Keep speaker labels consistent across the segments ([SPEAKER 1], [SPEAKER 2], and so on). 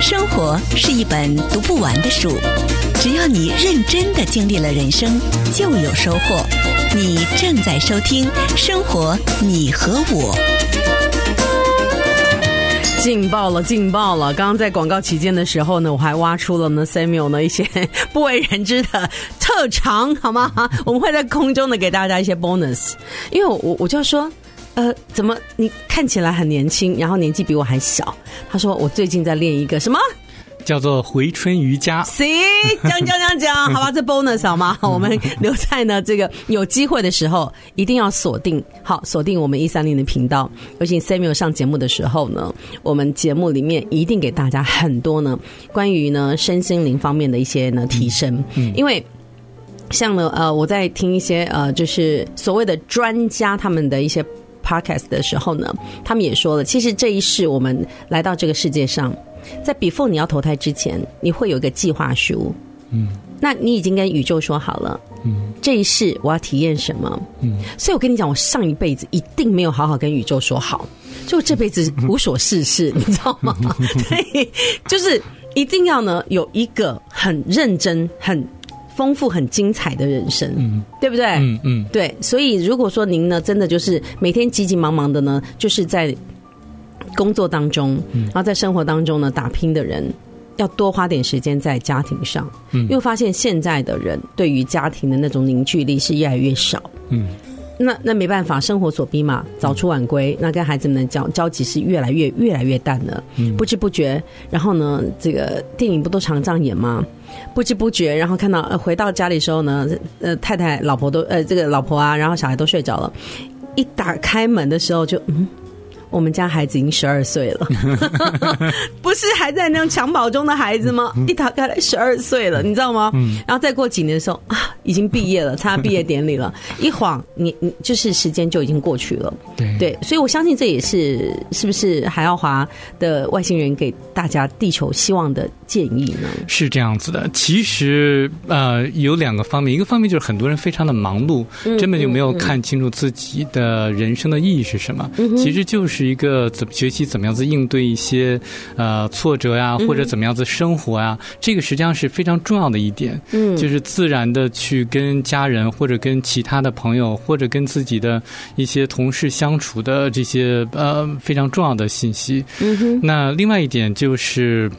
[SPEAKER 1] 生活是一本读不完的书，只要你认真的经历了人生，就有收获。你正在收听《生活你和我》。
[SPEAKER 2] 劲爆了，劲爆了！刚刚在广告期间的时候呢，我还挖出了呢 Samuel 呢一些 不为人知的特长，好吗？ 我们会在空中呢给大家一些 bonus，因为我我就要说，呃，怎么你看起来很年轻，然后年纪比我还小？他说我最近在练一个什么？
[SPEAKER 3] 叫做回春瑜伽。
[SPEAKER 2] 行，讲讲讲讲，好吧，这 bonus 好吗？我们留在呢这个有机会的时候，一定要锁定好，锁定我们一三零的频道。尤其 Samuel 上节目的时候呢，我们节目里面一定给大家很多呢关于呢身心灵方面的一些呢提升，因为。像呢，呃，我在听一些呃，就是所谓的专家他们的一些 podcast 的时候呢，他们也说了，其实这一世我们来到这个世界上，在 before 你要投胎之前，你会有一个计划书，嗯，那你已经跟宇宙说好了，嗯，这一世我要体验什么，嗯，所以我跟你讲，我上一辈子一定没有好好跟宇宙说好，就这辈子无所事事，你知道吗？对，就是一定要呢有一个很认真、很丰富、很精彩的人生，对不对？
[SPEAKER 3] 嗯嗯，
[SPEAKER 2] 对，所以如果说您呢，真的就是每天急急忙忙的呢，就是在工作当中，
[SPEAKER 3] 嗯
[SPEAKER 2] 然后在生活当中呢打拼的人，要多花点时间在家庭上，
[SPEAKER 3] 嗯
[SPEAKER 2] 因为发现现在的人对于家庭的那种凝聚力是越来越少，
[SPEAKER 3] 嗯。
[SPEAKER 2] 那那没办法，生活所逼嘛，早出晚
[SPEAKER 3] 嗯
[SPEAKER 2] 归，那跟孩子们的交交集是越来越越来越淡了，
[SPEAKER 3] 嗯
[SPEAKER 2] 不知不觉，然后呢，这个电影不都常这样演吗？不知不觉，然后看到、呃、回到家里的时候呢，呃，太太、老婆都呃，这个老婆啊，然后小孩都睡着了，一打开门的时候就嗯。我们家孩子已经十二岁 了，不是还在那种襁褓中的孩子吗？
[SPEAKER 3] 嗯
[SPEAKER 2] 一打开来十二岁了，你知道吗？然后再过几年的时候啊，已经毕业了，参加毕业典礼了。一晃，你你就是时间就已经过去了。
[SPEAKER 3] 对
[SPEAKER 2] 对，所以我相信这也是是不是海奥华的外星人给大家地球希望的建议呢？
[SPEAKER 3] 是这样子的。其实呃，有两个方面，一个方面就是很多人非常的忙碌，
[SPEAKER 2] 嗯
[SPEAKER 3] 根本就没有看清楚自己的人生的意义是什么。
[SPEAKER 2] 嗯
[SPEAKER 3] 其实就是一个怎么学习怎么样子应对一些呃挫折呀、或
[SPEAKER 2] 嗯
[SPEAKER 3] 者怎么样子生活啊，这个实际上是非常重要的一点。
[SPEAKER 2] 嗯
[SPEAKER 3] 就是自然的去跟家人或者跟其他的朋友或者跟自己的一些同事相处的这些呃非常重要的信息。
[SPEAKER 2] 嗯哼，
[SPEAKER 3] 那另外一点就是。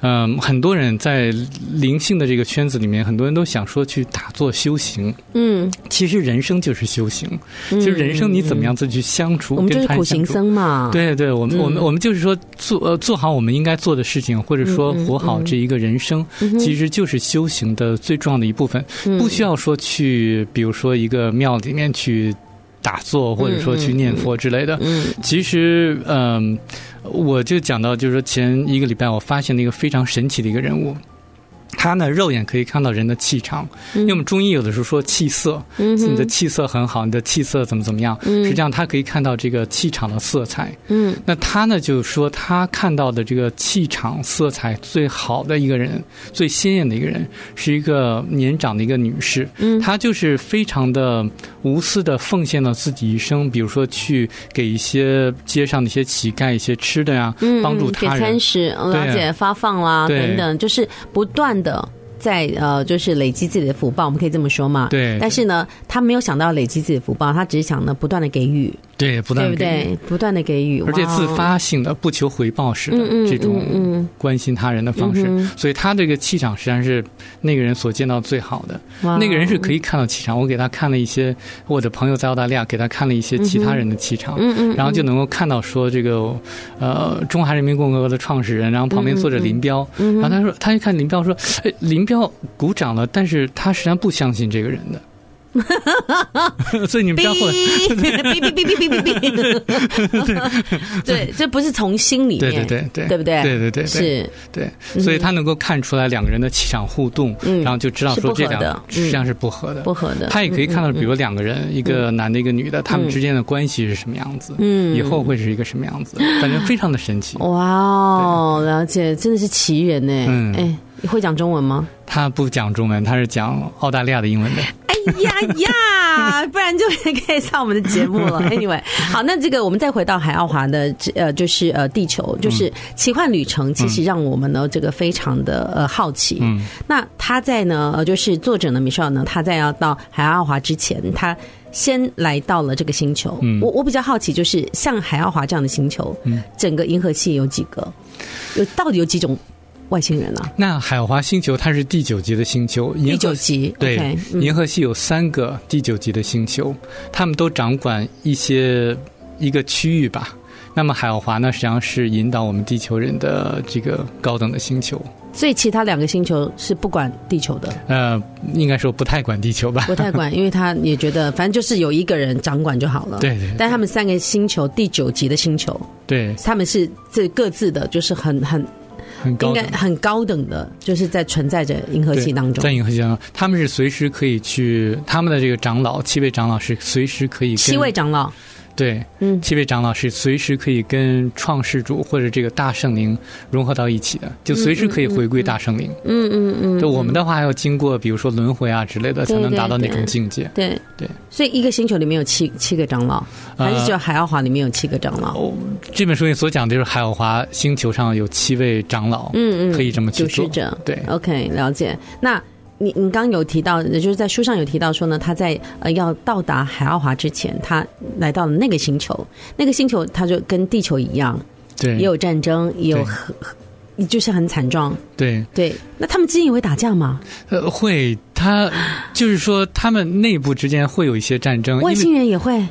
[SPEAKER 3] 嗯，很多人在灵性的这个圈子里面，很多人都想说去打坐修行。
[SPEAKER 2] 嗯，
[SPEAKER 3] 其实人生就是修行，其实人生你怎么样子去相处，
[SPEAKER 2] 嗯我们就
[SPEAKER 3] 跟
[SPEAKER 2] 是
[SPEAKER 3] 他
[SPEAKER 2] 苦
[SPEAKER 3] 人
[SPEAKER 2] 行
[SPEAKER 3] 相处。
[SPEAKER 2] 僧啊嗯嘛。，
[SPEAKER 3] 对对，我们、我们我们就是说做呃做好我们应该做的事情，或者说
[SPEAKER 2] 嗯嗯
[SPEAKER 3] 活好这一个人生，
[SPEAKER 2] 嗯
[SPEAKER 3] 其实就是修行的最重要的一部分。不需要说去，比如说一个庙里面去打坐，或者说去念佛之类的。
[SPEAKER 2] 嗯
[SPEAKER 3] 其实，嗯、我就讲到，就是说前一个礼拜我发现了一个非常神奇的一个人物。他呢，肉眼可以看到人的气场，因为我们中医有的时候说气色，
[SPEAKER 2] 嗯
[SPEAKER 3] 你的气色很好，你的气色怎么怎么样，实际上他可以看到这个气场的色彩。
[SPEAKER 2] 嗯，
[SPEAKER 3] 那他呢，就是说他看到的这个气场色彩最好的一个人，最鲜艳的一个人，是一个年长的一个女士。
[SPEAKER 2] 嗯
[SPEAKER 3] 她就是非常的无私的奉献了自己一生，比如说去给一些街上的一些乞丐一些吃的呀，
[SPEAKER 2] 嗯，
[SPEAKER 3] 帮助
[SPEAKER 2] 给
[SPEAKER 3] 他人
[SPEAKER 2] 餐。食、呃
[SPEAKER 3] 对啊
[SPEAKER 2] 了解发放啦
[SPEAKER 3] 对
[SPEAKER 2] 等等，就是不断的在呃，就是累积自己的福报，我们可以这么说嘛。。
[SPEAKER 3] 对，
[SPEAKER 2] 但是呢，他没有想到累积自己的福报，他只是想呢不断的给予，
[SPEAKER 3] 对，不
[SPEAKER 2] 对
[SPEAKER 3] 断
[SPEAKER 2] 不
[SPEAKER 3] 地给予
[SPEAKER 2] 对？不断的给予，
[SPEAKER 3] 而且
[SPEAKER 2] 哇哦
[SPEAKER 3] 自发性的、不求回报式的
[SPEAKER 2] 嗯嗯
[SPEAKER 3] 这
[SPEAKER 2] 嗯
[SPEAKER 3] 种
[SPEAKER 2] 嗯
[SPEAKER 3] 关心他人的方式，
[SPEAKER 2] 嗯
[SPEAKER 3] 所以他这个气场实际上是那个人所见到最好的。
[SPEAKER 2] 嗯哇哦
[SPEAKER 3] 那个人是可以看到气场，我给他看了一些，我的朋友在澳大利亚给他看了一些其他人的气场，
[SPEAKER 2] 嗯嗯，
[SPEAKER 3] 然后就能够看到说这个，呃，中华人民共和国的创始人，然后旁边坐着
[SPEAKER 2] 嗯
[SPEAKER 3] 林彪，然后他说，他一看林彪说，哎，林彪鼓掌了，但是他实际上不相信这个人 的，所以你
[SPEAKER 2] 哔
[SPEAKER 3] 们不要混。
[SPEAKER 2] 哔哔哔哔哔哔 哔， 对，这不是从心里
[SPEAKER 3] 对对
[SPEAKER 2] 面，
[SPEAKER 3] 对对，
[SPEAKER 2] 对不对
[SPEAKER 3] 对对对对，
[SPEAKER 2] 是
[SPEAKER 3] 对，所以他能够看出来两个人的气场互动，
[SPEAKER 2] 嗯
[SPEAKER 3] 然后就知道说这
[SPEAKER 2] 是不合
[SPEAKER 3] 两
[SPEAKER 2] 的嗯
[SPEAKER 3] 实际上是不合的。
[SPEAKER 2] 不合的。
[SPEAKER 3] 他也可以看到，比如两个人，一个男的，一个女的，他
[SPEAKER 2] 嗯
[SPEAKER 3] 们之间的关系是什么样子，
[SPEAKER 2] 嗯
[SPEAKER 3] 以后会是一个什么样子，反正非常的神奇。
[SPEAKER 2] 哇哦，了解，真的是奇人呢。
[SPEAKER 3] 嗯
[SPEAKER 2] 哎，你会讲中文吗？
[SPEAKER 3] 他不讲中文，他是讲澳大利亚的英文的。
[SPEAKER 2] 哎呀呀，不然就可以上我们的节目 了。Anyway，好，那这个我们再回到海奥华的这呃，就是呃地球，就是奇幻旅程，其实让我们呢这个非常的呃好奇。
[SPEAKER 3] 嗯，
[SPEAKER 2] 那他在呢，呃，就是作者呢米少呢，他在要到海奥华之前，他。先来到了这个星球，
[SPEAKER 3] 嗯
[SPEAKER 2] 我我比较好奇，就是像海奥华这样的星球，整个银河系有几个？有到底有几种外星人啊？
[SPEAKER 3] 那海华星球它是第九级的星球，银河
[SPEAKER 2] 第九级，
[SPEAKER 3] 对
[SPEAKER 2] OK，嗯
[SPEAKER 3] 银河系有三个第九级的星球，他们都掌管一些一个区域吧。那么海奥华呢，实际上是引导我们地球人的这个高等的星球，
[SPEAKER 2] 所以其他两个星球是不管地球的，
[SPEAKER 3] 呃，应该说不太管地球吧
[SPEAKER 2] 不？太管，因为他也觉得反正就是有一个人掌管就好了。。
[SPEAKER 3] 对对
[SPEAKER 2] 但他们三个星球，第九级的星球，
[SPEAKER 3] 对，
[SPEAKER 2] 他们是这各自的，就是很很
[SPEAKER 3] 很
[SPEAKER 2] 应
[SPEAKER 3] 高
[SPEAKER 2] 该
[SPEAKER 3] 等。
[SPEAKER 2] 很高等的，就是在存在着银河系
[SPEAKER 3] 对
[SPEAKER 2] 当中
[SPEAKER 3] 在。银河系当中，他们是随时可以去，他们的这个长老七位长老是随时可以跟
[SPEAKER 2] 七位长老，
[SPEAKER 3] 对，
[SPEAKER 2] 嗯
[SPEAKER 3] 七位长老是随时可以跟创世主或者这个大圣灵融合到一起的，就随时可以回归大圣灵。
[SPEAKER 2] 嗯嗯嗯，
[SPEAKER 3] 就我们的话，还要经过比如说轮回啊之类的，才
[SPEAKER 2] 对
[SPEAKER 3] 能
[SPEAKER 2] 对
[SPEAKER 3] 达到那
[SPEAKER 2] 对
[SPEAKER 3] 种境界。
[SPEAKER 2] 对
[SPEAKER 3] 对，呃
[SPEAKER 2] 所以一个星球里面有七七个长老，还是只有海奥华里面有七个长老？
[SPEAKER 3] 哦，这本书里所讲的就是海奥华星球上有七位长老，
[SPEAKER 2] 嗯嗯，
[SPEAKER 3] 可以这么去
[SPEAKER 2] 主
[SPEAKER 3] 做
[SPEAKER 2] 持。者。
[SPEAKER 3] 对，
[SPEAKER 2] OK，了解。那你你刚有提到，也就是在书上有提到说呢，他在呃要到达海奥华之前，他来到了那个星球，那个星球他就跟地球一样，
[SPEAKER 3] 对，
[SPEAKER 2] 也有战争，也有
[SPEAKER 3] 对嗯
[SPEAKER 2] 和，就是很惨状。
[SPEAKER 3] 对，
[SPEAKER 2] 对，那他们之间也会打架吗？
[SPEAKER 3] 呃，会，他就是说他们内部之间会有一些战争，
[SPEAKER 2] 外
[SPEAKER 3] 呃因
[SPEAKER 2] 星
[SPEAKER 3] 为
[SPEAKER 2] 人也会？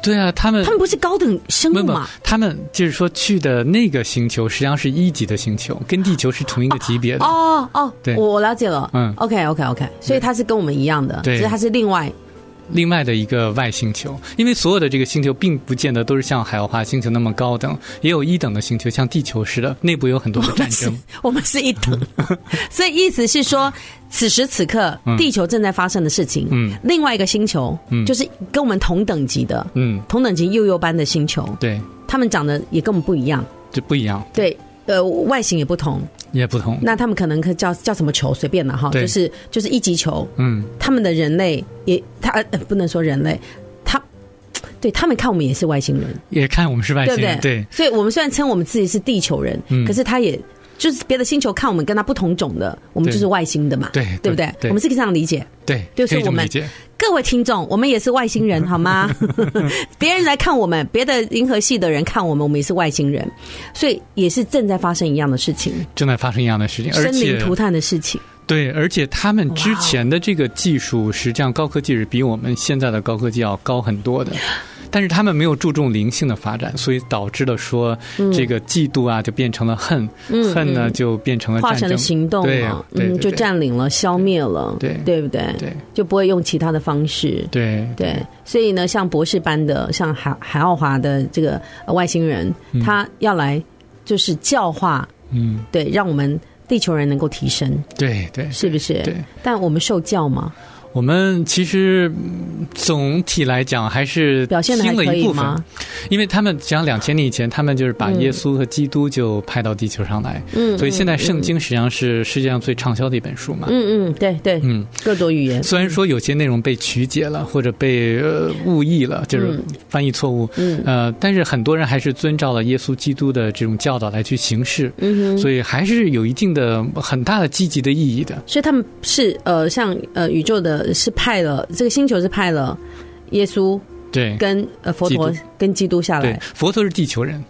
[SPEAKER 3] 对啊，他们
[SPEAKER 2] 他们不是高等生物
[SPEAKER 3] 没有没有
[SPEAKER 2] 吗？
[SPEAKER 3] 他们就是说去的那个星球实际上是一级的星球，跟地球是同一个级别的。
[SPEAKER 2] 哦哦，
[SPEAKER 3] 呃对
[SPEAKER 2] 我我了解了。
[SPEAKER 3] 嗯
[SPEAKER 2] ，OK OK OK，所以他是跟我们一样的，
[SPEAKER 3] 对
[SPEAKER 2] 只是他是另外
[SPEAKER 3] 另外的一个外星球，因为所有的这个星球并不见得都是像海奥华星球那么高等，也有一等的星球，像地球似的，内部有很多的战争。
[SPEAKER 2] 我们哦是 一 等，所以意思是说，此时此刻
[SPEAKER 3] 嗯
[SPEAKER 2] 地球正在发生的事情，
[SPEAKER 3] 嗯
[SPEAKER 2] 另外一个星球，
[SPEAKER 3] 嗯
[SPEAKER 2] 就是跟我们同等级的、
[SPEAKER 3] 嗯，
[SPEAKER 2] 同等级幼幼班的星球，
[SPEAKER 3] 对，
[SPEAKER 2] 他们长得也跟我们不一样，
[SPEAKER 3] 这不一样，
[SPEAKER 2] 对。呃，外形也不同，
[SPEAKER 3] 也不同。
[SPEAKER 2] 那他们可能可叫叫什么球随便了哈，
[SPEAKER 3] 嗯对
[SPEAKER 2] 就是就是一级球，
[SPEAKER 3] 嗯，
[SPEAKER 2] 他们的人类也他呃呃不能说人类，他对他们看我们也是外星人，
[SPEAKER 3] 也看我们是外
[SPEAKER 2] 对
[SPEAKER 3] 星
[SPEAKER 2] 不对
[SPEAKER 3] 人，？对
[SPEAKER 2] 所以我们虽然称我们自己是地球人，
[SPEAKER 3] 嗯
[SPEAKER 2] 可是他也就是别的星球看我们跟他不同种的，我们
[SPEAKER 3] 对
[SPEAKER 2] 就是外星的嘛，
[SPEAKER 3] 对
[SPEAKER 2] 对不对？
[SPEAKER 3] 对
[SPEAKER 2] 我们是这样理解。
[SPEAKER 3] 对
[SPEAKER 2] 对所
[SPEAKER 3] 可
[SPEAKER 2] 以
[SPEAKER 3] 以这
[SPEAKER 2] 我
[SPEAKER 3] 么
[SPEAKER 2] 们
[SPEAKER 3] 理解。
[SPEAKER 2] 各位听众，我们也是外星 人，好吗？ 别人来看我们，别的银河系的人看我们，我们也是外星人，所以也是正在发生一样的事情，
[SPEAKER 3] 正在发生一样的事情，而
[SPEAKER 2] 生灵
[SPEAKER 3] 且
[SPEAKER 2] 涂炭的事情。
[SPEAKER 3] 对，而且他们之前的这个技术，实际上高科技是比我们现在的高科技要高很多
[SPEAKER 2] 哦
[SPEAKER 3] 的。但是他们没有注重灵性的发展，所以导致了说这个嫉妒啊，就变成了恨，
[SPEAKER 2] 嗯
[SPEAKER 3] 恨呢就变成了
[SPEAKER 2] 化
[SPEAKER 3] 呃战
[SPEAKER 2] 成了，
[SPEAKER 3] 争
[SPEAKER 2] 行动
[SPEAKER 3] 对
[SPEAKER 2] 了，
[SPEAKER 3] 对
[SPEAKER 2] 嗯，
[SPEAKER 3] 对
[SPEAKER 2] 就
[SPEAKER 3] 对
[SPEAKER 2] 占领了、消灭了，
[SPEAKER 3] 对
[SPEAKER 2] 对不对？
[SPEAKER 3] 对
[SPEAKER 2] 就不会用其他的方式。
[SPEAKER 3] 对
[SPEAKER 2] 对，所以呢，像博士班的，像海海奥华的这个呃外星人，他要来就是教化，
[SPEAKER 3] 嗯，
[SPEAKER 2] 对，让我们地球人能够提升，
[SPEAKER 3] 对对
[SPEAKER 2] 是不是？
[SPEAKER 3] 对。
[SPEAKER 2] 但我们受教嘛，
[SPEAKER 3] 我们其实嗯总体来讲还是
[SPEAKER 2] 表现的还
[SPEAKER 3] 轻了
[SPEAKER 2] 可
[SPEAKER 3] 一
[SPEAKER 2] 以
[SPEAKER 3] 部分，
[SPEAKER 2] 吗？
[SPEAKER 3] 因为他们讲两千年以前，他们就是把耶稣和基督就派到地球上来，
[SPEAKER 2] 嗯，
[SPEAKER 3] 所以现在圣
[SPEAKER 2] 嗯
[SPEAKER 3] 经实际上是世界上最畅销的一本书嘛。
[SPEAKER 2] 嗯嗯，对对，
[SPEAKER 3] 嗯，
[SPEAKER 2] 各种语言，
[SPEAKER 3] 虽然说有些内容被曲解了或者被呃误译了，就是
[SPEAKER 2] 嗯
[SPEAKER 3] 翻译错误，
[SPEAKER 2] 嗯
[SPEAKER 3] 呃，但是很多人还是遵照了耶稣基督的这种教导来去行事，
[SPEAKER 2] 嗯哼，
[SPEAKER 3] 所以还是有一定的很大的积极的意义的。
[SPEAKER 2] 所以他们是呃，像呃宇宙的是派了这个星球是派了耶稣
[SPEAKER 3] 对
[SPEAKER 2] 跟呃佛
[SPEAKER 3] 基
[SPEAKER 2] 陀
[SPEAKER 3] 督
[SPEAKER 2] 跟基督下
[SPEAKER 3] 对
[SPEAKER 2] 来，，
[SPEAKER 3] 佛陀是地球人，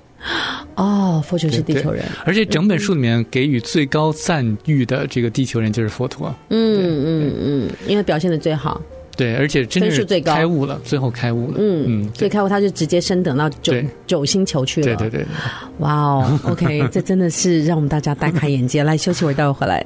[SPEAKER 2] 哦，佛陀是地
[SPEAKER 3] 对对
[SPEAKER 2] 球人，
[SPEAKER 3] 而且整本书里面给予最高赞誉的这个地球人就是佛陀。
[SPEAKER 2] 嗯嗯嗯，因为表现的最好。
[SPEAKER 3] 对，而且真正
[SPEAKER 2] 分数
[SPEAKER 3] 是
[SPEAKER 2] 最高
[SPEAKER 3] 开悟了，最后开悟了。
[SPEAKER 2] 嗯
[SPEAKER 3] 嗯，
[SPEAKER 2] 所以
[SPEAKER 3] 对
[SPEAKER 2] 开悟他就直接升等到九
[SPEAKER 3] 对
[SPEAKER 2] 九星球去了。
[SPEAKER 3] 对对对。
[SPEAKER 2] 哇哦，OK，这真的是让我们大家大开眼界。来休息会儿，待会儿回来。